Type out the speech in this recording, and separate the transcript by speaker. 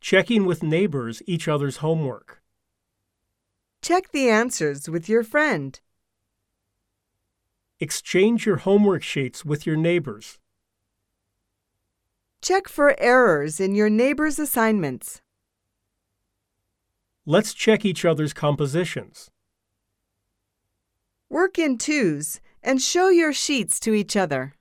Speaker 1: Checking with neighbors each other's homework.
Speaker 2: Check the answers with your friend.
Speaker 1: Exchange your homework sheets with your neighbors.
Speaker 2: Check for errors in your neighbor's assignments.
Speaker 1: Let's check each other's compositions.
Speaker 2: Work in twos and show your sheets to each other.